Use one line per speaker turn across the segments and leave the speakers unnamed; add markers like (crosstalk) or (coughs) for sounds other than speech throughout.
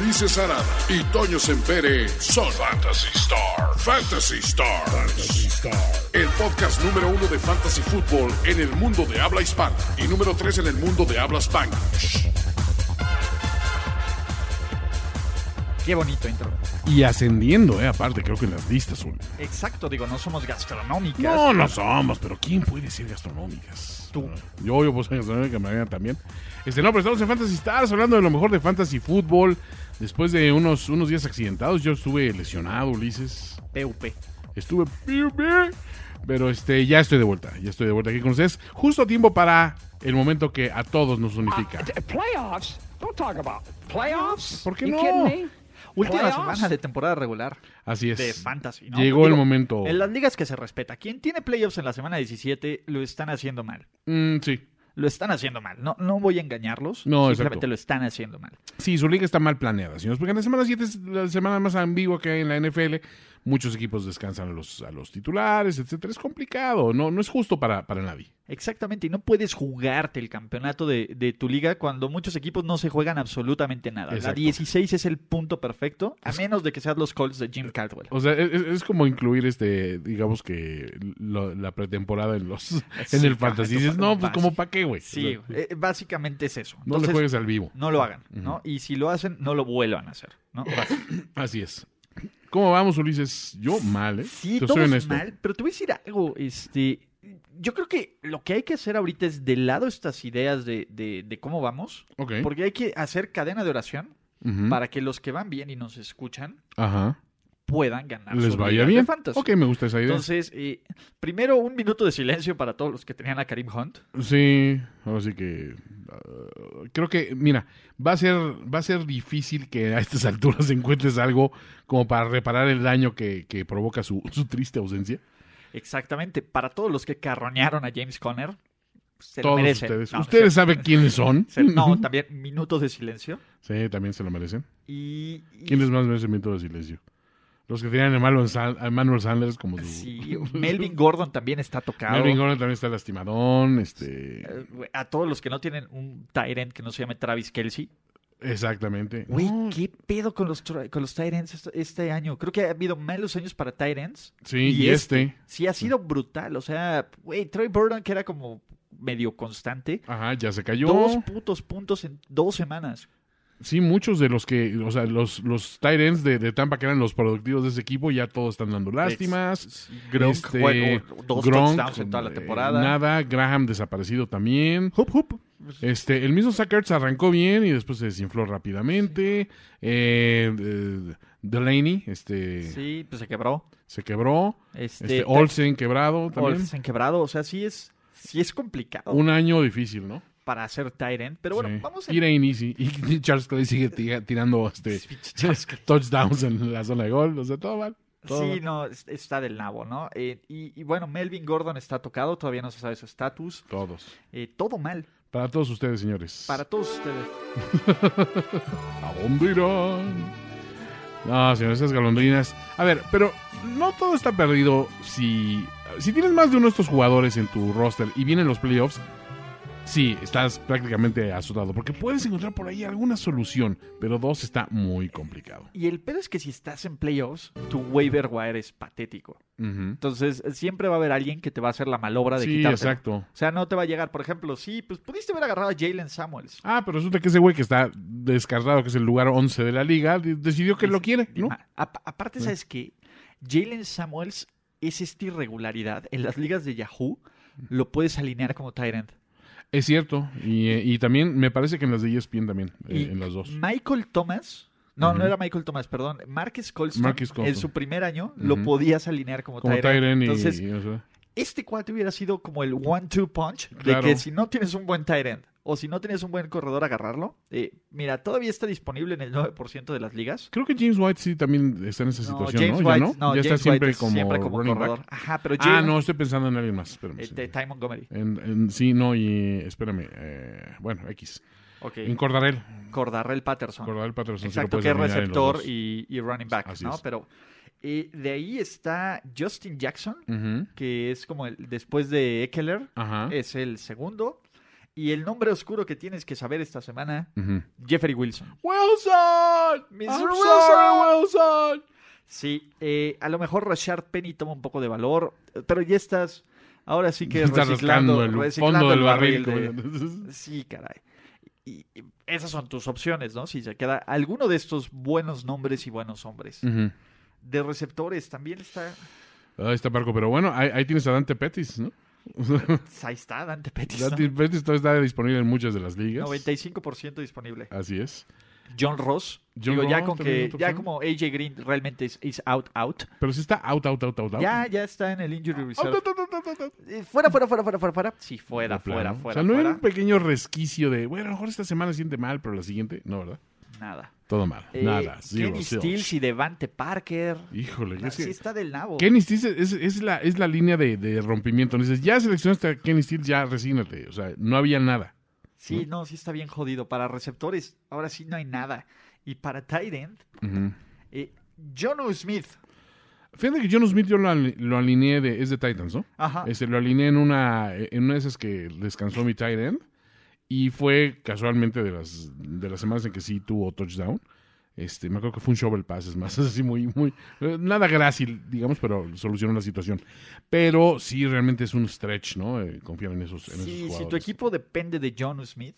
Ulises Arada y Toño Sempere son Fantasy Star. Fantasy Star. El podcast número uno de Fantasy Football en el mundo de habla hispana y número tres en el mundo de habla hispana.
Qué bonito intro.
Y ascendiendo, eh, aparte, creo que en las listas son.
Exacto, digo, no somos gastronómicas.
No, no somos, pero ¿quién puede ser gastronómicas?
Tú.
Yo, yo pues gastronómica me vean también. Este, no, pero estamos en Fantasy Stars hablando de lo mejor de Fantasy Fútbol. Después de unos, unos días accidentados, yo estuve lesionado, Ulises.
PUP.
Estuve. Pero este, ya estoy de vuelta, ya estoy de vuelta aquí con ustedes. Justo a tiempo para el momento que a todos nos
Ah,
unifica.
Uh, playoffs? Don't talk about it. playoffs.
¿Por qué
you
no?
kidding me?
Última
Playoffs?
semana de temporada regular
Así es.
de Fantasy. ¿no?
Llegó el
Digo,
momento.
En las ligas que se respeta, quien tiene playoffs en la semana 17 lo están haciendo mal.
Mm, sí.
Lo están haciendo mal. No, no voy a engañarlos.
No,
simplemente
exacto.
lo están haciendo mal.
Sí, su liga está mal planeada, señores, porque en la semana 7 es la semana más ambigua que hay en la NFL. Muchos equipos descansan a los, a los titulares, etcétera. Es complicado, no, no es justo para, para nadie.
Exactamente, y no puedes jugarte el campeonato de, de tu liga cuando muchos equipos no se juegan absolutamente nada. La
Exacto.
16 es el punto perfecto, a menos de que sean los Colts de Jim Caldwell.
O sea, es, es- es como incluir este, digamos que lo- la pretemporada en los en
Sí,
el fantasy.
cabrón,
Dices, no, pues
fácil.
como para qué, güey. O
Sí,
sea,
eh, básicamente es eso.
no
Entonces,
le juegues al vivo.
no lo hagan, ¿no? Y si lo hacen, no lo vuelvan a hacer,
(laughs)
¿no?
Así es. ¿Cómo vamos, Ulises? Yo mal, ¿eh?
Sí,
Te
todo
soy
es
honesto.
mal, pero te voy a decir algo, este... Yo creo que lo que hay que hacer ahorita es de lado estas ideas de, de- de cómo vamos,
Ok.
porque hay que hacer cadena de oración
Ujú.
para que los que van bien y nos escuchan
Ajá.
puedan ganar.
Les
sus
vaya
ligas de
bien.
fantasy.
Ok, me gusta esa idea.
Entonces, eh, primero un minuto de silencio para todos los que tenían a Karim Hunt.
Sí, así que ah, creo que mira, va a ser va a ser difícil que a estas (laughs) alturas encuentres algo como para reparar el daño que, que provoca su, (laughs) su triste ausencia.
Exactamente, para todos los que carroñaron a James Conner. pues, Se lo
Todos
merecen.
ustedes,
No, no es
ustedes
cierto.
saben quiénes son.
(laughs) Se- No, también minutos de silencio.
(laughs) Sí, también se lo merecen.
Y, y-
¿Quiénes más merecen minuto de silencio? Los que tenían a Manuel, San- a Manuel Sanders como su (laughs)
sí, Melvin Gordon también está tocado.
Melvin Gordon también está lastimadón, este
Eh, güey, A todos los que no tienen un Tyrant que no se llame Travis Kelsey.
exactamente.
Güey,
No,
¿qué pedo con los, tra- con los Tyrants esto- este año? Creo que ha habido malos años para Tyrants.
sí, y, este.
Sí, ha sido brutal. O sea, güey, Trey Burton, que era como medio constante,
Ajá, ya se cayó.
dos putos puntos en dos semanas.
Sí, muchos de los que, o sea, los, los tight ends de, de Tampa que eran los productivos de ese equipo, ya todos están dando lástimas.
Gronk,
Este,
bueno, dos
Gronk,
touchdowns en toda la
eh,
temporada.
nada, Graham desaparecido también.
Hup, hup.
Este, el mismo Sackers arrancó bien y después se desinfló rápidamente. Eh, eh, Delaney, este,
Sí, pues se quebró.
se quebró.
Este,
Este, Olsen quebrado
Olsen
también.
quebrado. O sea, sí es, sí es complicado
Un año difícil, ¿no?
para hacer Tyrant. Pero bueno,
Sí.
vamos a...
It ain't easy. Y Charles Clay sigue tira- tirando este,
(laughs)
touchdowns en la zona de gol. O sea, todo mal. (laughs) todo mal.
Sí, no, es- está del nabo, ¿no? Eh, y, y bueno, Melvin Gordon está tocado, todavía no se sabe su estatus.
Todos.
Eh, todo mal
Para todos ustedes, señores.
para todos ustedes.
¿A dónde irán? No, señores, esas galondrinas. A ver, pero no todo está perdido si. Si tienes más de uno de estos jugadores en tu roster y vienen los playoffs, sí, estás prácticamente azotado. Porque puedes encontrar por ahí alguna solución, pero dos está muy complicado.
Y el pedo es que si estás en playoffs, tu waiver wire es patético.
Ujú.
Entonces, siempre va a haber alguien que te va a hacer la malobra de
Sí,
quitártelo.
exacto.
O sea, no te va a llegar, por ejemplo, sí, pues pudiste haber agarrado a Jalen Samuels.
Ah, pero resulta que ese güey que está descartado, que es el lugar 11 de la liga, de- decidió que lo quiere, ¿no?
Ma- apa- aparte, ¿sabes qué? Jalen Samuels es esta irregularidad. En las ligas de Yahoo lo puedes alinear como Tyrant.
Es cierto. Y, eh, y también me parece que en las de ESPN también, eh, en las dos.
Michael Thomas. No, no
Ujú.
era Michael Thomas, perdón. Marcus Colston,
Marcus Colston.
en su primer año lo
Ujú.
podías alinear como,
Como
tight end.
Tyren y,
Entonces,
y, o sea,
este cuate hubiera sido como el one-two punch de
Claro.
que si no tienes un buen tight end o si no tienes un buen corredor, agarrarlo. Eh, mira, todavía está disponible en el 9% de las ligas.
Creo que James White sí también está en esa situación, ¿no? ¿Ya no? ya está
James
siempre,
White es
como
siempre como
running
corredor.
back.
Ajá, pero
Ah,
Jalen-
no, estoy pensando en alguien más. Espérame.
eh,
sí.
de Ty Montgomery.
En- en- sí, no, y espérame. eh, bueno, X.
Ok.
En Cordarel.
Cordarrell Patterson.
Cordarel Patterson. sí lo
Exacto,
puedes
que es
eliminar en los
receptor
dos.
y, y running back,
Así
¿no?
es.
Pero eh, de ahí está Justin Jackson,
Ujú.
que es como el, después de Eckler,
Ajá.
es el segundo. Y el nombre oscuro que tienes que saber esta semana,
Ujú.
Jeffrey Wilson.
Wilson.
Mr.
I'm
Wilson.
sorry, Wilson.
Sí, eh, a lo mejor Rashard Penny toma un poco de valor, pero ya estás, ahora
(laughs)
sí que
Está
reciclando,
rascando el
reciclando
fondo
el
del barril.
barril de-
como-
Sí, caray. Y y esas son tus opciones, ¿no? Si se queda alguno de estos buenos nombres y buenos hombres.
Ujú.
De receptores también está.
Ahí está Marco, pero bueno, ahí, ahí tienes a Dante Pettis, ¿no? (laughs)
pues, Ahí está Dante Pettis. ¿no?
Dante Pettis todavía está disponible en muchas de las ligas.
95% disponible.
Así es.
John Ross.
John
digo, ya
Ross
con
también es
que
otra
ya
opción.
como AJ Green realmente es, is out out.
Pero sí está out, out, out, Ah, out, out.
Ya ya está en el injury
Out,
reserve.
out, out, out, out, out, out.
Eh, fuera fuera fuera fuera fuera fuera. Sí, fuera
De plano.
fuera
O
fuera.
sea, no era
fuera.
un pequeño resquicio de, bueno, a lo mejor esta semana siente mal, pero la siguiente, no, ¿verdad?
Nada.
Todo mal.
Eh,
Nada. oh, zero,
Kenny
zero.
Stills y Devante Parker.
Híjole, es
Así
que
está del nabo.
Kenny Stills es, es la, es la línea de, de rompimiento. Dices, ya seleccionaste a Kenny Stills, ya resígnate. O sea, no había nada.
Sí,
¿Mm?
no, sí está bien jodido. Para receptores, ahora sí no hay nada. Y para tight end,
Ujú.
eh, Jonu Smith.
Fíjate que John Smith yo lo, al- lo alineé de, es de Titans, ¿no?
Ajá.
Este, lo alineé en una, en una de esas que descansó mi tight end. Y fue casualmente de las, de las semanas en que sí tuvo touchdown. Este, me acuerdo que fue un shovel pass, es más, (laughs) así muy, muy, eh, nada grácil, digamos, pero solucionó la situación. Pero sí, realmente es un stretch, ¿no? Eh, confiar en esos, en esos
Sí, si tu
jugadores.
equipo depende de Jonu Smith,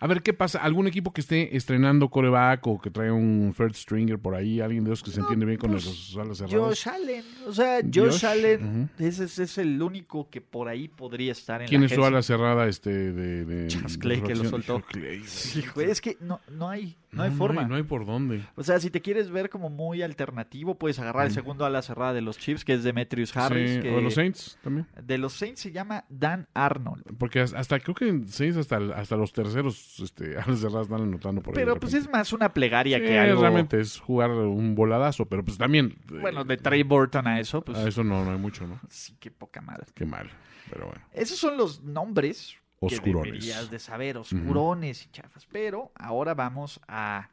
A ver, ¿qué pasa? ¿Algún equipo que esté estrenando coreback o que trae un third stringer por ahí? ¿Alguien de los que se entiende bien con
pues,
los alas cerradas?
Josh Allen. O sea, Josh,
Josh,
Allen ese, es- es el único que por ahí podría estar en
¿Quién
la
es su
agencia.
ala cerrada este, de, de-
Charles
de
Clay, que lo
rotación?
soltó.
Hijo, Clay, güey.
(laughs) Sí, güey, es que no, no hay, no, hay
no
forma.
No hay, por dónde.
O sea, si te quieres ver como muy alternativo, puedes agarrar el segundo ala cerrada de los Chiefs, que es Demetrius Harris.
Sí,
que
O de los Saints también.
de los Saints se llama Dan Arnold.
Porque hasta, hasta- creo que en Saints hasta, hasta los terceros este, (laughs) alas cerradas están anotando por ahí.
Pero
de
pues
repente.
es más una plegaria
Sí,
que algo.
realmente es jugar un voladazo, pero pues también... eh,
Bueno, de Trey Burton a eso, pues
a eso no, no hay mucho, ¿no?
sí, qué poca madre.
Qué mal, pero bueno.
Esos son los nombres
Oscurones.
que deberías de saber, oscurones y chafas. Pero ahora vamos a,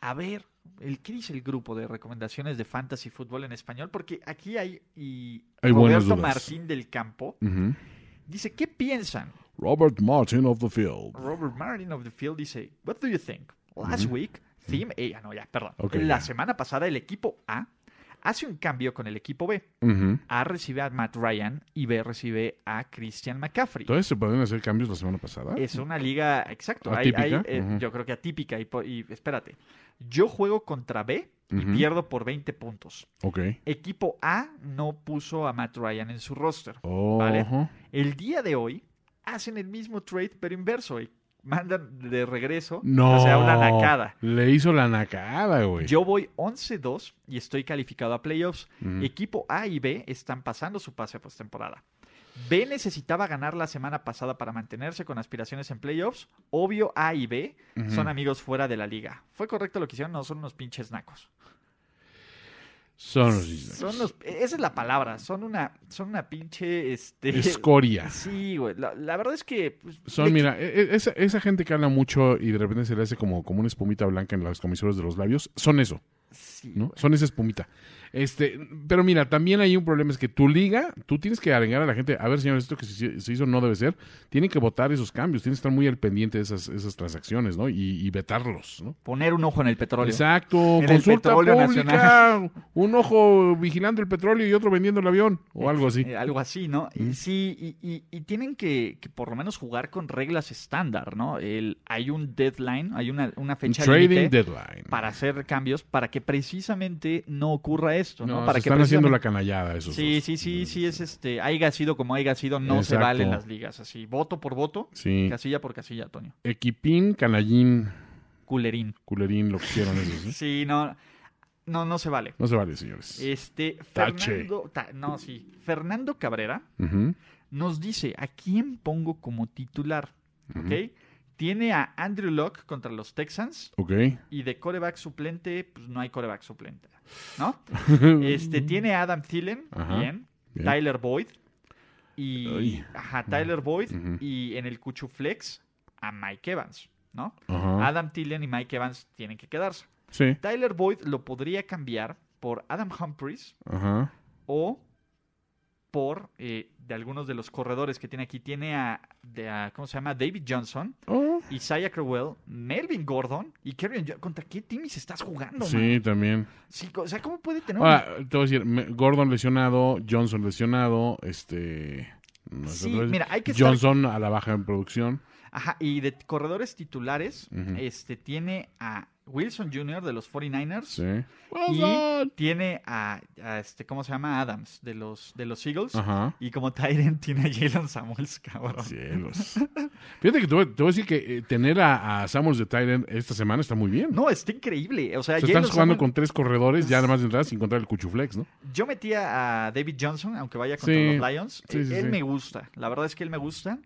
a ver el qué dice el grupo de recomendaciones de fantasy fútbol en español, porque aquí hay y
Hay buenas
Roberto
dudas.
Martín del Campo
Ujú.
dice qué piensan.
Robert Martin of the Field.
Robert Martin of the Field dice What do you think? Last week, team A, ah, no ya, perdón.
Ok,
La
ya.
semana pasada el equipo A hace un cambio con el equipo B.
Ujú.
A recibe a Matt Ryan y B recibe a Christian McCaffrey.
Entonces se pueden hacer cambios la semana pasada.
Es una liga, exacto. hay-
¿Atípica?
hay, eh,
Ujú.
Yo creo que atípica. Y, po- y espérate, yo juego contra B y
Ujú.
pierdo por 20 puntos.
Ok.
Equipo A no puso a Matt Ryan en su roster.
Oh,
Vale.
ajá.
El día de hoy hacen el mismo trade, pero inverso. Y mandan de regreso,
No.
o sea, una nacada.
Le hizo la nacada, güey.
Yo voy 11-2 y estoy calificado a playoffs.
Ujú.
Equipo A y B están pasando su pase a postemporada. B necesitaba ganar la semana pasada para mantenerse con aspiraciones en playoffs. Obvio, A y B son amigos fuera de la liga. ¿Fue correcto lo que hicieron? No, son unos pinches nacos.
Son los
Son unos- esa es la palabra. Son una, son una pinche. Este...
Escoria.
Sí, güey. La, la verdad es que. pues,
Son,
le-
mira, e- e- esa, esa gente que habla mucho y de repente se le hace como, como una espumita blanca en las comisuras de los labios, son eso,
sí,
¿no?
güey.
Son esa espumita. Este, pero mira, también hay un problema, es que tu liga, tú tienes que arengar a la gente, a ver, señores, esto que se, se hizo no debe ser, tienen que votar esos cambios, tienes que estar muy al pendiente de esas, esas transacciones, ¿no? Y, y vetarlos, ¿no?
Poner un ojo en el petróleo.
Exacto,
En el
consulta
petróleo
pública, un ojo vigilando el petróleo y otro vendiendo el avión, o algo así.
Eh, algo así, ¿no? Y Sí, y, y- y tienen que, que por lo menos jugar con reglas estándar, ¿no? El, hay un deadline, hay una, una
Un
fecha
Trading
límite
deadline.
para hacer cambios para que precisamente no ocurra esto,
No,
¿no? para
se
que
están haciendo la
precisamente-
canallada esos
Sí,
dos. Mm,
sí, sí, sí, es este, haya sido como haya sido, no se
Exacto.
valen las ligas, así, voto por voto,
Sí.
casilla por casilla, Toño.
Equipín, canallín,
Culerín.
culerín, lo que quieran esos. ¿eh?
Sí, no. No, no se vale.
No se vale, señores.
Este,
Tache.
Fernando. ta- no, sí. Fernando Cabrera
Ujú.
nos dice: ¿a quién pongo como titular? ¿Ok? Tiene a Andrew Locke contra los Texans.
Ok.
Y de coreback suplente, pues no hay coreback suplente.
(laughs)
¿No? Este, tiene a Adam Thielen,
Ajá,
bien,
bien.
Tyler Boyd. Y.
Ay.
Ajá, Tyler Boyd.
Ujú.
Y en el Cuchu Flex, a Mike Evans, ¿no?
Ajá.
Adam Thielen y Mike Evans tienen que quedarse.
Sí.
Tyler Boyd lo podría cambiar por Adam Humphries
Ajá.
o por eh, de algunos de los corredores que tiene aquí. Tiene a, de a- ¿cómo se llama? David Johnson,
Oh.
Isaiah Crowell, Melvin Gordon y Kerryon. Jo- ¿Contra qué Timmy's estás jugando, man?
Sí, también.
Sí, o sea, ¿cómo puede tener una-
Ahora, te voy a decir, me- Gordon lesionado, Johnson lesionado, este... no sé,
Sí,
otra vez.
mira, hay que estar-
Johnson a la baja en producción.
Ajá, y de corredores titulares,
Ujú.
este tiene a Wilson Jr. de los 49ers
Sí.
y tiene a, a este, ¿cómo se llama? Adams de los, de los Eagles.
Ajá.
Y como Tyrant tiene a Jalen Samuels, cabrón.
Cielos. (laughs) Fíjate que te voy, te voy a decir que eh, tener a, a Samuels de Tyrant esta semana está muy bien.
No, está increíble. O sea,
O sea,
Jalen
estás jugando
Samuels-
con tres corredores, ya además de entrada sin contar el cuchuflex, ¿no?
Yo metía a David Johnson, aunque vaya contra
Sí,
los Lions.
sí,
Eh,
sí,
él
sí.
me gusta. La verdad es que él me gusta.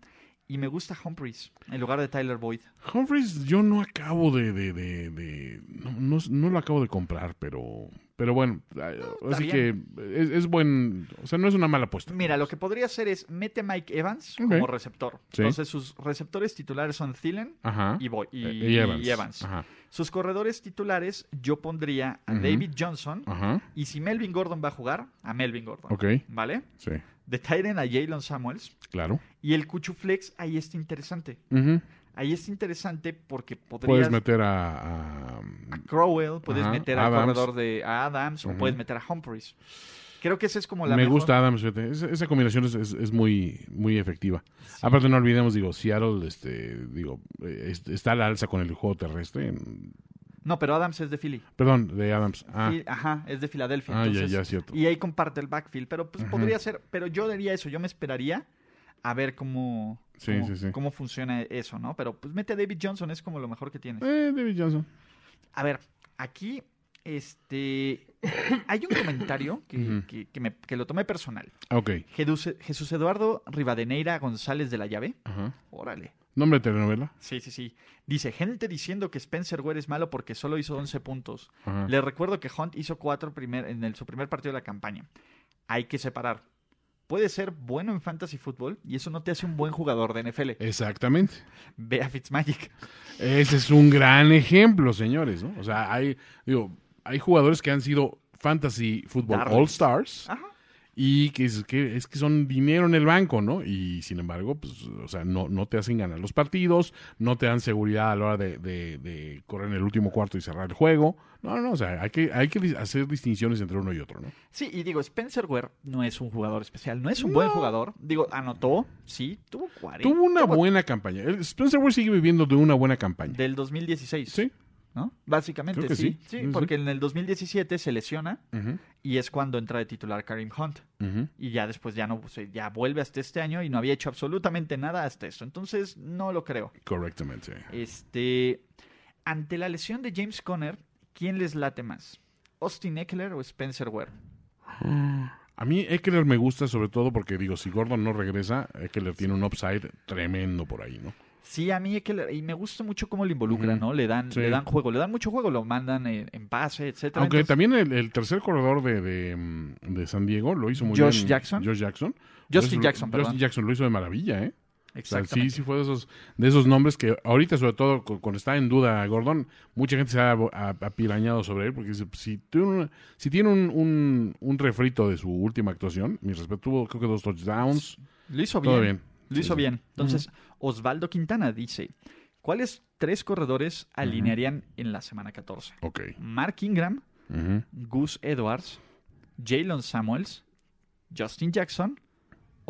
Y me gusta Humphries en lugar de Tyler Boyd.
Humphries, yo no acabo de... de, de, de- no, no, no lo acabo de comprar, pero... Pero bueno, ah, así
bien.
que es, es buen... O sea, no es una mala apuesta.
Mira, lo que podría hacer es mete a Mike Evans
Ok.
como receptor.
Sí.
Entonces, sus receptores titulares son Thielen
Ajá.
y, Boy- y-
Eh,
y Evans.
Evans. Ajá.
Sus corredores titulares, yo pondría a
Ujú.
David Johnson.
Ajá.
Y si Melvin Gordon va a jugar, a Melvin Gordon.
Ok.
¿Vale?
Sí.
De Tyrant a Jalen Samuels.
Claro.
Y el Cuchuflex, ahí está interesante.
Ujú.
Ahí es interesante porque podrías
Puedes meter a... a-
Crowell, puedes
Ajá,
meter al
Adams.
corredor de a Adams o
Ujú.
puedes meter a Humphries. Creo que esa es como la
Me
mejor.
gusta Adams, fíjate. Esa, esa combinación es, es- es muy, muy efectiva. Aparte, no olvidemos, digo, Seattle este, digo, eh, es- está a la alza con el juego terrestre. en-
No, pero Adams es de Philly.
perdón, de Adams. Ah,
Phil- ajá, es de Filadelfia.
Ah, ya,
entonces-
ya, cierto.
Y ahí comparte el backfield, pero pues podría ser, pero yo diría eso, yo me esperaría a ver cómo,
Sí,
cómo,
sí, sí.
cómo funciona eso, ¿no? Pero pues mete a David Johnson, es como lo mejor que tienes.
eh, David Johnson.
A ver, aquí este (coughs) hay un comentario que,
Ujú.
que- que me- que lo tomé personal.
Ah, Ok.
Jedus- Jesús Eduardo Rivadeneira González de la Llave.
Ajá.
Órale.
Nombre de telenovela.
Sí, sí, sí. Dice, gente diciendo que Spencer Ware es malo porque solo hizo 11 puntos.
Ajá.
Les recuerdo que Hunt hizo 4 primer, en el- su primer partido de la campaña. Hay que separar. Puede ser bueno en fantasy fútbol y eso no te hace un buen jugador de NFL.
Eh. Exactamente.
Ve a Fitzmagic. (laughs)
Ese es un gran ejemplo, señores. ¿no? O sea, hay, digo, hay jugadores que han sido fantasy football
Darling.
all stars
Ajá.
y que es, que es que son dinero en el banco, ¿no? Y sin embargo, pues, o sea, no, no te hacen ganar los partidos, no te dan seguridad a la hora de, de- de correr en el último cuarto y cerrar el juego. No, no, o sea, hay que, hay que dis- hacer distinciones entre uno y otro, ¿no?
Sí, y digo, Spencer Ware no es un jugador especial, no es un buen jugador. Digo, anotó, sí, tuvo 40.
Tuvo una buena campaña. El Spencer Ware sigue viviendo de una buena campaña.
Del 2016.
Sí.
¿No? Básicamente,
Creo que
sí.
sí.
Sí,
Sí, sí.
porque en el 2017 se lesiona
Ujú,
y es cuando entra de titular Karim Hunt.
ujú.
Y ya después ya no se- ya vuelve hasta este año y no había hecho absolutamente nada hasta eso. Entonces, no lo creo.
Correctamente.
Este, ante la lesión de James Conner, ¿quién les late más? ¿Austin Eckler o Spencer Ware?
A mí Eckler me gusta sobre todo porque digo, si Gordon no regresa, Eckler tiene un upside tremendo por ahí, ¿no?
Sí, a mí Eckler, y me gusta mucho cómo lo involucran,
Ujú.
¿no? Le dan,
Sí.
le dan juego, le dan mucho juego, lo mandan en, en pase, etcétera.
Aunque
Entonces,
también el, el tercer corredor de, de, mm, de San Diego lo hizo muy
Josh
bien.
Jackson.
Josh Jackson.
Justin
Lo hizo-
Jackson, perdón.
Justin Jackson lo hizo de maravilla, ¿eh? O sea, sí,
Exactamente.
sí fue de esos, de esos nombres que ahorita, sobre todo, cu- cuando está en duda Gordon, mucha gente se ha abo- a- apirañado sobre él porque dice, "Pues, si tiene, un, si tiene un, un- un refrito de su última actuación, mi respeto, tuvo creo que dos touchdowns.
Lo hizo bien.
Todo bien.
Lo hizo
Sí, sí.
bien. Entonces, Osvaldo Quintana dice, ¿cuáles tres corredores alinearían en la semana 14?
Ok.
Mark Ingram,
Ujú.
Gus Edwards, Jalen Samuels, Justin Jackson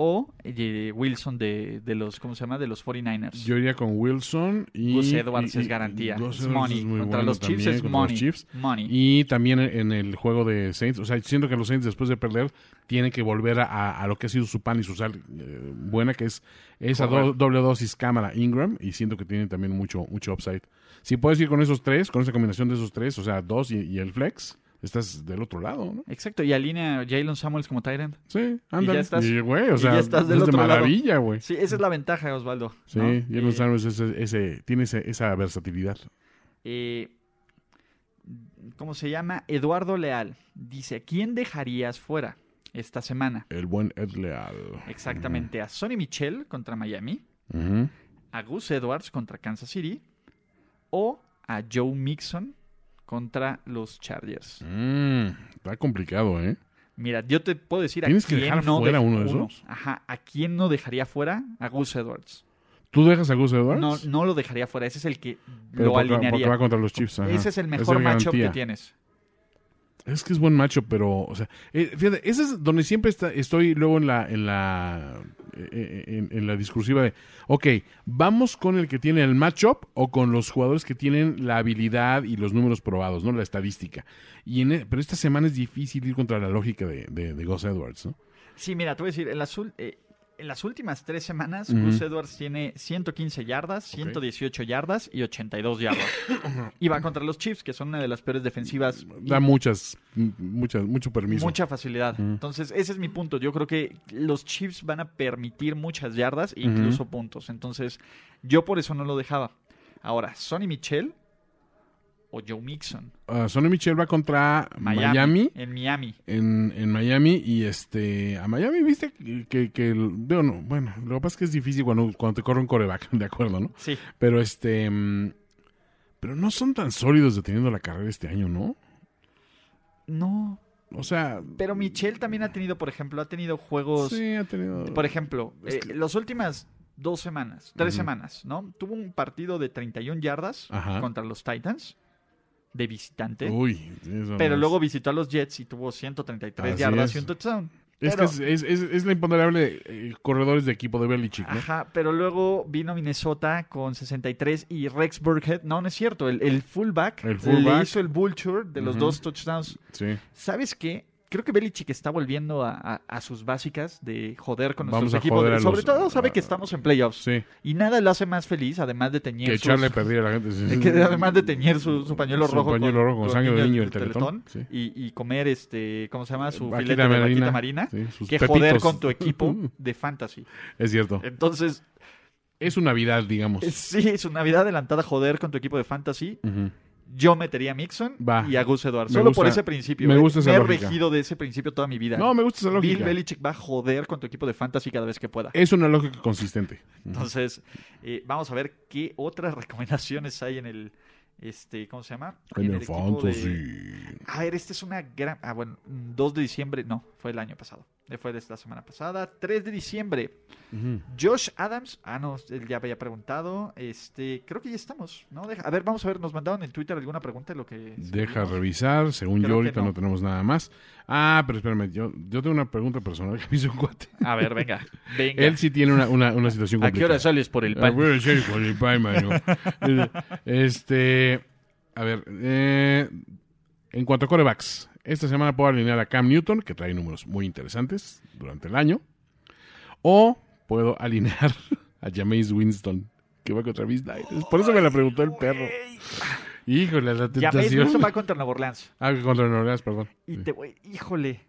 o eh, Wilson de, de los, ¿cómo se llama? De los 49ers.
Yo iría con Wilson y.
Gus Edwards
y- y-
es garantía.
Gus
Es
Edwards
money.
es muy
Contra
bueno
los Chiefs
también,
es
contra los
money.
Chiefs.
Money.
Y también en el juego de Saints. O sea, siento que los Saints, después de perder, tienen que volver a, a lo que ha sido su pan y su sal eh, buena, que es esa do-
Correcto.
doble dosis cámara Ingram. Y siento que tienen también mucho, mucho upside. Si puedes ir con esos tres, con esa combinación de esos tres, o sea, dos y, y el flex, estás del otro lado, ¿no?
Exacto, y alinea a Jalen Samuels como Tyrant.
Sí, anda.
ya estás-
güey, o
y
sea,
ya estás del
es de
otro lado.
maravilla, güey.
Sí, esa es la ventaja, Osvaldo.
Sí,
¿no?
Jalen
Eh,
Samuels es ese- ese- tiene ese- esa versatilidad.
eh, ¿Cómo se llama? Eduardo Leal dice: ¿A quién dejarías fuera esta semana?
El buen Ed Leal.
Exactamente, a Sonny Michel contra Miami,
Ujú.
a Gus Edwards contra Kansas City o a Joe Mixon contra los Chargers.
Mm, está complicado, ¿eh?
Mira, yo te puedo decir a
Tienes que
quién
dejar
no
fuera
dej-
uno de esos.
Ajá, ¿a quién no dejaría fuera? A Gus Edwards.
¿Tú dejas a Gus Edwards?
No, no lo dejaría fuera, ese es el que
Pero
lo
porque- Porque va
alinearía.
contra los Chiefs. ajá.
Ese es el
la
mejor matchup que
garantía.
tienes.
Es que es buen macho, pero, o sea, eh, fíjate, ese es donde siempre está- estoy luego en la, en la, eh, en, en la discursiva de, ok, vamos con el que tiene el matchup o con los jugadores que tienen la habilidad y los números probados, ¿no? La estadística. Y en, e- pero esta semana es difícil ir contra la lógica de, de, de Gus Edwards, ¿no?
Sí, mira, te voy a decir, en las, ul- eh, en las últimas tres semanas,
Ujú.
Gus Edwards tiene 115 yardas, 118 yardas y
(coughs)
82 yardas. y va contra los Chiefs, que son una de las peores defensivas. y
Da muchas, m- muchas, mucho permiso.
Mucha facilidad. Entonces, ese es mi punto. Yo creo que los Chiefs van a permitir muchas yardas, e incluso puntos. Entonces, yo por eso no lo dejaba. Ahora, Sonny Michel o Joe Mixon.
Ah, Sonny Michel va contra
Miami.
Miami
En Miami.
en, en Miami y este a Miami viste que, que, que el- digo, no, bueno lo que pasa es que es difícil cuando, cuando te corre un coreback (laughs) de acuerdo no
Sí.
pero este mm, pero no son tan sólidos deteniendo la carrera este año no
No,
o sea
Pero Michelle también ha tenido, por ejemplo, ha tenido juegos.
sí ha tenido
Pues, Por ejemplo,
Es
eh,
que-
las últimas dos semanas, tres semanas, ¿no? Tuvo un partido de 31 yardas
Ajá. Uh.
contra los Titans de visitante.
uy sí, eso no
pero
es-
luego visitó a los Jets y tuvo 133
Así
yardas
es.
y un touchdown.
es que
pero-
es, es, es- es la imponderable de, eh, corredores de equipo de Belichick ¿no?
Ajá, pero luego vino Minnesota con 63 y Rex Burkhead. No, no es cierto. El, el fullback,
El fullback.
le hizo el vulture de los
Ujú.
dos touchdowns.
sí
¿Sabes qué? Creo que Belichick está volviendo a, a- a sus básicas de joder con
Vamos
nuestros
a
equipos.
joder a
Sobre
los-
todo sabe que
a-
estamos en playoffs.
sí
Y nada lo hace más feliz, además de teñir
que
sus-
echarle a perder a la gente sí, sí,
(laughs) que
sí.
además de teñir su, su pañuelo
Su
rojo
pañuelo rojo con
los
sangre de
niños
niño
del
del Teletón,
y, y comer este cómo se llama su
Vaquita
filete de
marina,
vaquita marina
sí, sus
que joder
pepitos.
con
(laughs)
tu equipo de fantasy
es cierto
entonces
es su navidad digamos
eh, sí su navidad adelantada joder con tu equipo de fantasy
Ujú.
yo metería a Mixon
Va.
y a Gus Eduardo
Me
solo por
gusta-
ese principio
me
eh.
gusta esa
he
lógica.
regido de ese principio toda mi vida
no me gusta esa lógica
Bill Belichick va a joder con tu equipo de fantasy cada vez que pueda
es una lógica consistente
Entonces, eh, vamos a ver qué otras (laughs) recomendaciones hay en el, este, ¿cómo se llama?
En el
equipo de-
fantasy.
A ver, esta es una gran... Ah, bueno, mm, 2 de diciembre, no, fue el año pasado. Eh, Fue de la semana pasada. 3 de diciembre.
Ujú.
Josh Adams. Ah, no, él ya había preguntado. Este, creo que ya estamos, ¿no? Deja- a ver, vamos a ver, nos mandaron en Twitter alguna pregunta de lo que...
Deja
seguimos?
revisar, según yo
Creo que
ahorita
no.
no. tenemos nada más. Ah, pero espérame, yo, yo tengo una pregunta personal que me hizo un cuate.
(laughs) A ver,
(laughs)
venga, venga.
Él sí tiene una, una, una situación
¿A qué
complicada.
hora sales por el
Ah,
pan?
bueno, sí, con el pan, mano. Este, a ver, eh, en cuanto a corebacks, esta semana puedo alinear a Cam Newton, que trae números muy interesantes durante el año, o puedo alinear (laughs) a Jameis Winston, que va contra mis Niners. Por eso me la preguntó el perro. Híjole, la
Ya ves,
tentación.
Wilson va contra Nueva Orleans.
(laughs) Ah, contra Nueva Orleans, perdón.
Y
Sí.
te voy, híjole.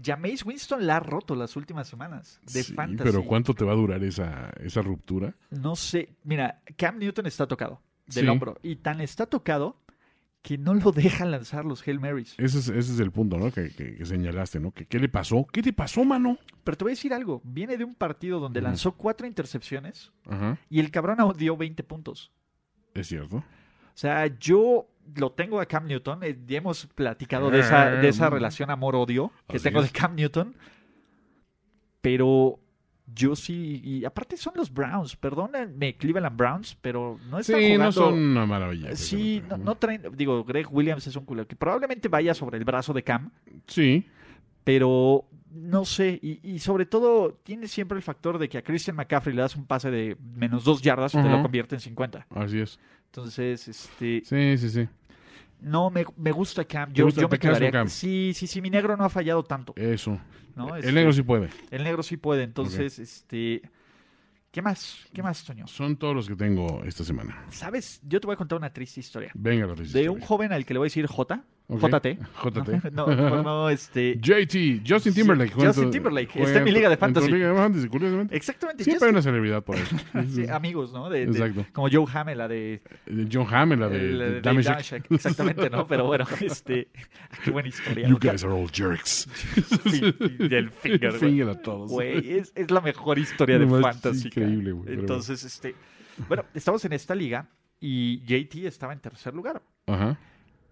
Jameis Winston la ha roto las últimas semanas de
Sí,
fantasy.
Pero ¿cuánto te va a durar esa, esa ruptura?
No sé. Mira, Cam Newton está tocado del
Sí.
hombro. Y tan está tocado que no lo (laughs) dejan lanzar los Hail Marys.
Ese es, ese es el punto, ¿no? Que, que- que señalaste, ¿no? Que, ¿Qué le pasó? ¿Qué te pasó, mano?
Pero te voy a decir algo. Viene de un partido donde
Ujú.
lanzó cuatro intercepciones
Ajá,
y el cabrón dio 20 puntos.
es cierto.
O sea, yo lo tengo a Cam Newton. eh, ya hemos platicado de esa, de esa relación amor-odio
Ah.
que
Así
tengo
es.
de Cam Newton. Pero yo sí. Y aparte son los Browns. Perdónenme, Cleveland Browns, pero no están
Sí,
jugando.
no son una maravilla.
Sí, pues no, no traen. Digo, Greg Williams es un culo que probablemente vaya sobre el brazo de Cam,
Sí,
pero no sé. Y, y sobre todo, tiene siempre el factor de que a Christian McCaffrey le das un pase de menos dos yardas y te lo
Ujú.
convierte en 50.
así es.
Entonces, este.
Sí, sí, sí.
No, me, me gusta Cam.
¿Te
Yo,
gusta-
yo me
te quedas con
quedaría.
Cam?
Sí, sí, sí. Mi negro no ha fallado tanto.
Eso.
¿no? Este,
el negro sí puede.
el negro sí puede. Entonces, este. ¿Qué más? ¿Qué más, Toño?
Son todos los que tengo esta semana.
¿Sabes? Yo te voy a contar una triste historia.
Venga, la
De un joven al que le voy a decir J.
Ok. (laughs)
JT.
JT.
(laughs) No, no, no, este.
JT, Justin Timberlake. juega en
Justin
tu-
Timberlake,
juega
está en mi
tu-
liga de
tu
fantasy.
liga de fantasy, curiosamente.
Exactamente.
Siempre hay
Justin-
una celebridad
(laughs)
por eso.
Sí, amigos, ¿no? De- de-
Exacto.
como Joe Hamill, la de,
De Eh, John Hammond, la de,
el- eh,
de
de
Damage
Damage Act. Exactamente, ¿no? Pero bueno, (laughs) este. Qué buena historia.
You
¿no?
guys are all jerks.
Fin- Del
(laughs)
(laughs) finger, güey.
Finger a todos.
Güey, es, es la mejor historia
No
de
manches,
fantasy.
es increíble,
cara.
güey, pero
Entonces, este. Bueno, estamos en esta liga y JT estaba en tercer lugar.
Ajá.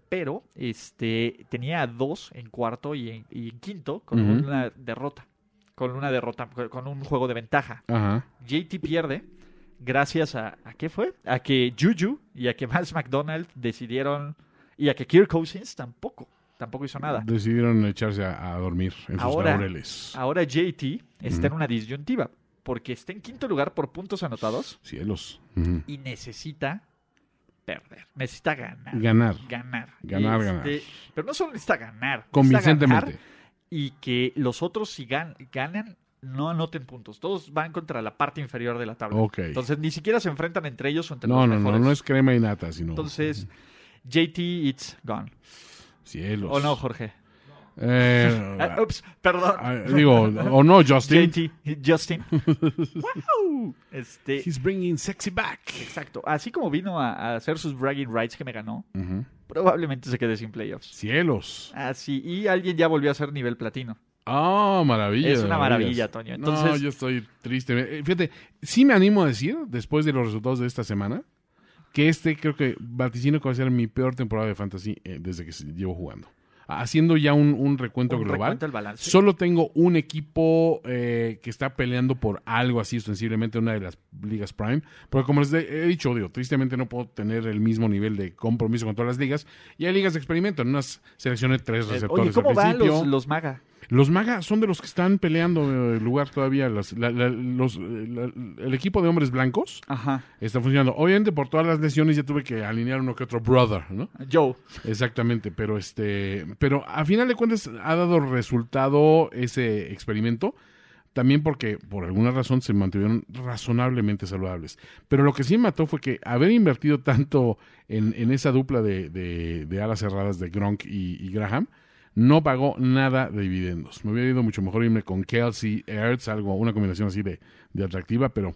Pero este tenía a dos en cuarto y en, y en quinto con
Ujú.
una derrota. Con una derrota, con un juego de ventaja.
Ajá.
JT pierde gracias a. ¿A qué fue? A que Juju y a que Miles McDonald decidieron. Y a que Kirk Cousins tampoco. Tampoco hizo nada.
Decidieron echarse a, a dormir en
Ahora- Ah.
sus laureles.
Ahora JT está en una disyuntiva. Porque está en quinto lugar por puntos anotados.
Cielos. Ujú.
y necesita perder. Necesita ganar.
Ganar.
ganar. Este,
Ganar, ganar.
Pero no solo necesita ganar.
Convincentemente.
necesita ganar y que los otros, si gan- ganan, no anoten puntos. Todos van contra la parte inferior de la tabla.
Ok.
Entonces ni siquiera se enfrentan entre ellos o entre
No,
los
no, no,
mejores.
no es crema y nata, sino
Entonces, JT, it's gone.
Pues, cielos.
¿O no, Jorge?
Eh,
Ah, ups, perdón.
ah, digo, o no, Justin.
JT, Justin.
(laughs)
wow. Este,
He's bringing sexy back.
exacto. Así como vino a, a hacer sus bragging rights que me ganó,
Ujú.
probablemente se quede sin playoffs.
Cielos.
Ah, sí, y alguien ya volvió a ser nivel platino.
Ah, maravilla.
Es
de
una
maravillas.
maravilla, Toño.
no,
Entonces-
yo estoy triste. Eh, Fíjate, sí me animo a decir, después de los resultados de esta semana, que este creo que vaticino que va a ser mi peor temporada de fantasy eh, desde que se- llevo jugando. Haciendo ya un, un recuento
Un
global.
recuento al balance.
Solo tengo un equipo eh, que está peleando por algo así, sensiblemente una de las ligas Prime. Pero como les de- he dicho, digo, tristemente no puedo tener el mismo nivel de compromiso con todas las ligas. Y hay ligas de experimento. En unas seleccioné tres
Eh,
receptores.
Oye, ¿cómo
al
van
principio.
los, los maga?
Los magas son de los que están peleando eh, el lugar todavía. Las- la- la- los, eh, la- el equipo de hombres blancos
Ajá.
está funcionando. Obviamente, por todas las lesiones ya tuve que alinear uno que otro brother, ¿no?
Joe.
Exactamente, pero este, pero a final de cuentas ha dado resultado ese experimento, también porque por alguna razón se mantuvieron razonablemente saludables. Pero lo que sí me mató fue que haber invertido tanto en, en esa dupla de, de- de alas cerradas de Gronk y, y Graham, no pagó nada de dividendos. Me hubiera ido mucho mejor irme con Kelsey, Ertz, algo, una combinación así de, de atractiva, pero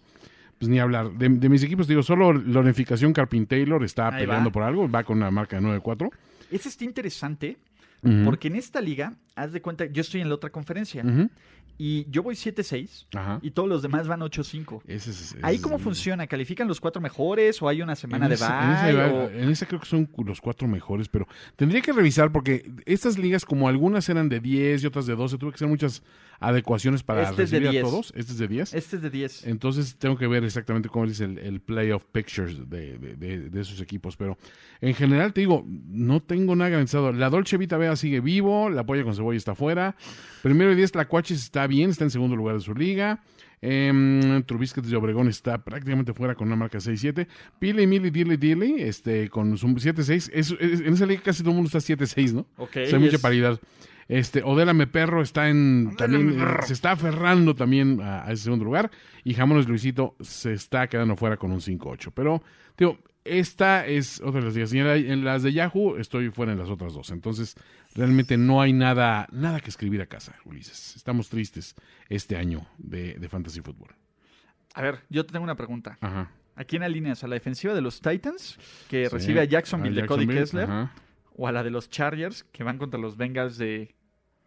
pues ni hablar. De, de mis equipos, digo, solo la unificación Carpin Taylor está
Ahí
peleando
va.
por algo, va con una marca de 9-4.
Ese está interesante
Ujú.
porque en esta liga, haz de cuenta, yo estoy en la otra conferencia
Ujú.
y yo voy 7-6
Ajá.
y todos los demás van 8-5.
Ese es- ese
¿Ahí
es
cómo
el-
funciona? ¿Califican los cuatro mejores o hay una semana
en
de
esa- en esa
bye?
iba-
o-
en esa creo que son cu- los cuatro mejores, pero tendría que revisar porque estas ligas, como algunas eran de 10 y otras de 12, tuve que hacer muchas adecuaciones para
Este es de
recibir a
10.
todos. Este es de 10.
Este es de
eh,
10.
Entonces tengo que ver exactamente cómo es el, el playoff pictures de, de- de- de esos equipos. Pero en general te digo, no tengo nada garantizado. La Dolce Vita Vea sigue vivo, la polla con cebolla está fuera. Primero y diez, Tlacuaches está bien, está en segundo lugar de su liga. Em, Trubisquets de Obregón está prácticamente fuera con una marca 6-7. Pili, Mili, Dili, Dili, este, con su 7-6. Es- es- en esa liga casi todo el mundo está 7-6, ¿no? O
Ok,
sea, hay mucha
es-
paridad. Este, Odélame Perro está en. También, eh, se está aferrando también a, a ese segundo lugar. Y Jamones Luisito se está quedando fuera con un 5-8. Pero, digo, esta es otra de las ligas. Y en, la- en las de Yahoo estoy fuera en las otras dos. Entonces, realmente no hay nada, nada que escribir a casa, Ulises. Estamos tristes este año de, de Fantasy Football.
A ver, yo te tengo una pregunta.
Ajá.
¿A quién alineas? ¿A la defensiva de los Titans, que
Sí.
recibe a Jacksonville
A
de Cody
Jacksonville,
Kessler?
ajá.
o a la de los Chargers que van contra los Bengals de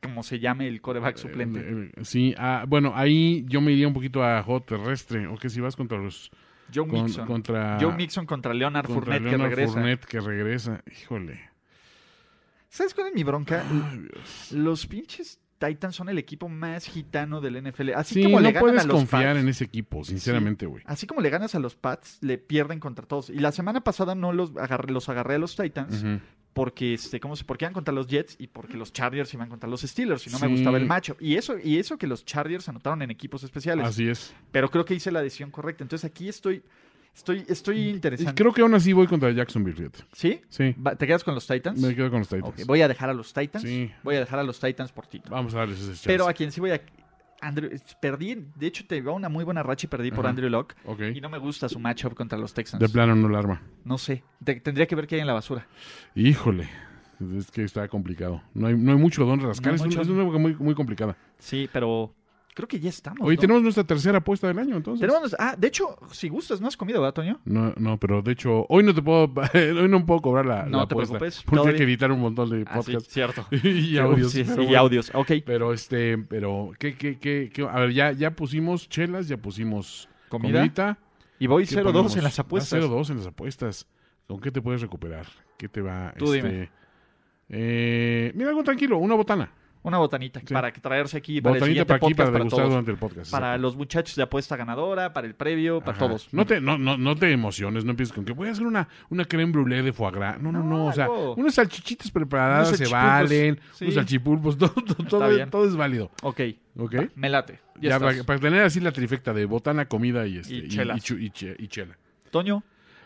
como se llame el coreback suplente.
Eh, eh, Sí, ah, bueno, ahí yo me iría un poquito a juego terrestre. O que si vas contra los.
Joe
con-
Mixon.
contra,
Joe Mixon contra Leonard
contra
Fournette que
Leonard
regresa.
Fournette que regresa. Híjole.
¿Sabes cuál es mi bronca? los pinches Titans son el equipo más gitano del NFL. Así
Sí,
como le
no
ganan
puedes
a los
confiar
Pats,
en ese equipo, sinceramente, güey.
Así como le ganas a los Pats, le pierden contra todos. Y la semana pasada no los agarré, los agarré a los Titans
Ujú.
porque este, ¿cómo se? Porque iban contra los Jets y porque los Chargers iban contra los Steelers y no me
Sí.
gustaba el macho. Y eso, y eso que los Chargers anotaron en equipos especiales.
Así es.
pero creo que hice la decisión correcta. Entonces aquí estoy, estoy, estoy
Y
interesante.
creo que aún así voy contra Jacksonville, fíjate.
¿Sí?
Sí,
Va- ¿Te quedas con los Titans?
me quedo con los Titans.
Ok, voy a dejar a los Titans.
Sí.
Voy a dejar a los Titans por Tito.
Vamos a darles ese chance.
Pero a quien sí voy a. Andrew, perdí, de hecho te iba una muy buena racha y perdí por
Ajá.
Andrew Locke.
Ok.
Y no me gusta su matchup contra los Texans.
De plano no la arma.
No sé. Te- tendría que ver qué hay en la basura.
Híjole. Es que está complicado. No hay, no hay mucho don rascar.
No
es, un-
mucho.
es una época muy, muy complicada.
Sí, pero creo que ya estamos.
Hoy
¿no?
tenemos nuestra tercera apuesta del año, entonces.
Tenemos- Ah, de hecho, si gustas, ¿no has comido, verdad, Toño?
No, no, pero de hecho, hoy no te puedo, (laughs) hoy no puedo cobrar la,
No
la
te
apuesta,
preocupes,
Porque hay
todavía-
que editar un montón de
Ah, sí,
podcasts
(laughs) cierto.
y audios.
Sí, sí,
pero
y
bueno.
audios. Ok,
Pero este, pero, ¿qué, qué, qué, qué? A ver, ya, ya pusimos chelas, ya pusimos
Comida.
comidita.
y voy
¿Qué
0-2 en
ponemos?
las
Ah,
apuestas.
0-2 en las apuestas. ¿Con qué te puedes recuperar? ¿Qué te va?
Tú
este,
dime.
eh, mira, algo tranquilo, una botana.
Una botanita
Sí.
para que traerse aquí para el
Botanita
siguiente
para aquí,
podcast
para
para
degustar
todos.
durante el podcast.
Para
exacto.
los muchachos de apuesta ganadora, para el previo, para
Ajá.
todos.
No te, no, no, no te emociones, no empieces con que voy a hacer una, una creme brûlée de foie gras. No, no, no.
No,
o sea,
algo.
unas salchichitas preparadas
Unos
se
salchipulpos,
valen,
sí.
unos salchipulpos, (laughs) todo, todo, todo-
bien.
todo es válido.
Ok,
¿Ok?
me late. Ya,
Ya,
estás.
para, para tener así la trifecta de botana, comida y, este,
Y
y, y
chelas.
chu- y che- y chela.
Toño,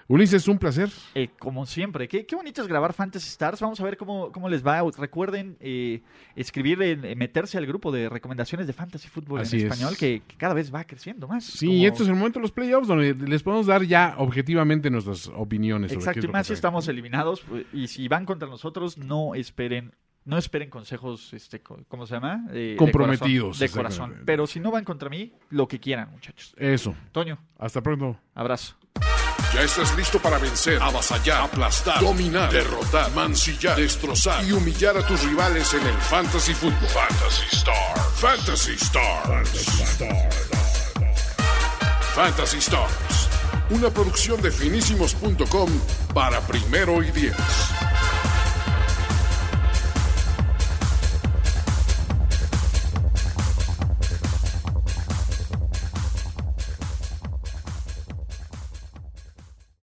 Ulises, un placer.
eh, como siempre, qué, qué bonito es grabar Fantasy Stars. Vamos a ver cómo, cómo les va. Recuerden eh, escribir, en- eh, meterse al grupo de recomendaciones de Fantasy Fútbol
Así es.
en español, que, que cada vez va creciendo más.
Sí,
Como-
este es el momento de los playoffs donde les podemos dar ya objetivamente nuestras opiniones. sobre qué
Exacto,
es
y
lo
más
que
si
trae.
estamos eliminados. pues, Y si van contra nosotros, no esperen. No esperen consejos, este, co- ¿cómo se llama? Eh, de
Comprometidos,
corazón, De corazón,
exactamente.
Pero si no van contra mí, lo que quieran, muchachos.
Eso.
Toño,
Hasta pronto.
abrazo.
Ya estás listo para vencer, avasallar, aplastar, dominar, derrotar, mancillar, destrozar y humillar a tus rivales en el Fantasy Football. Fantasy Star. Fantasy Star. Fantasy Star. Fantasy Stars. Una producción de finísimos.com para primero y diez.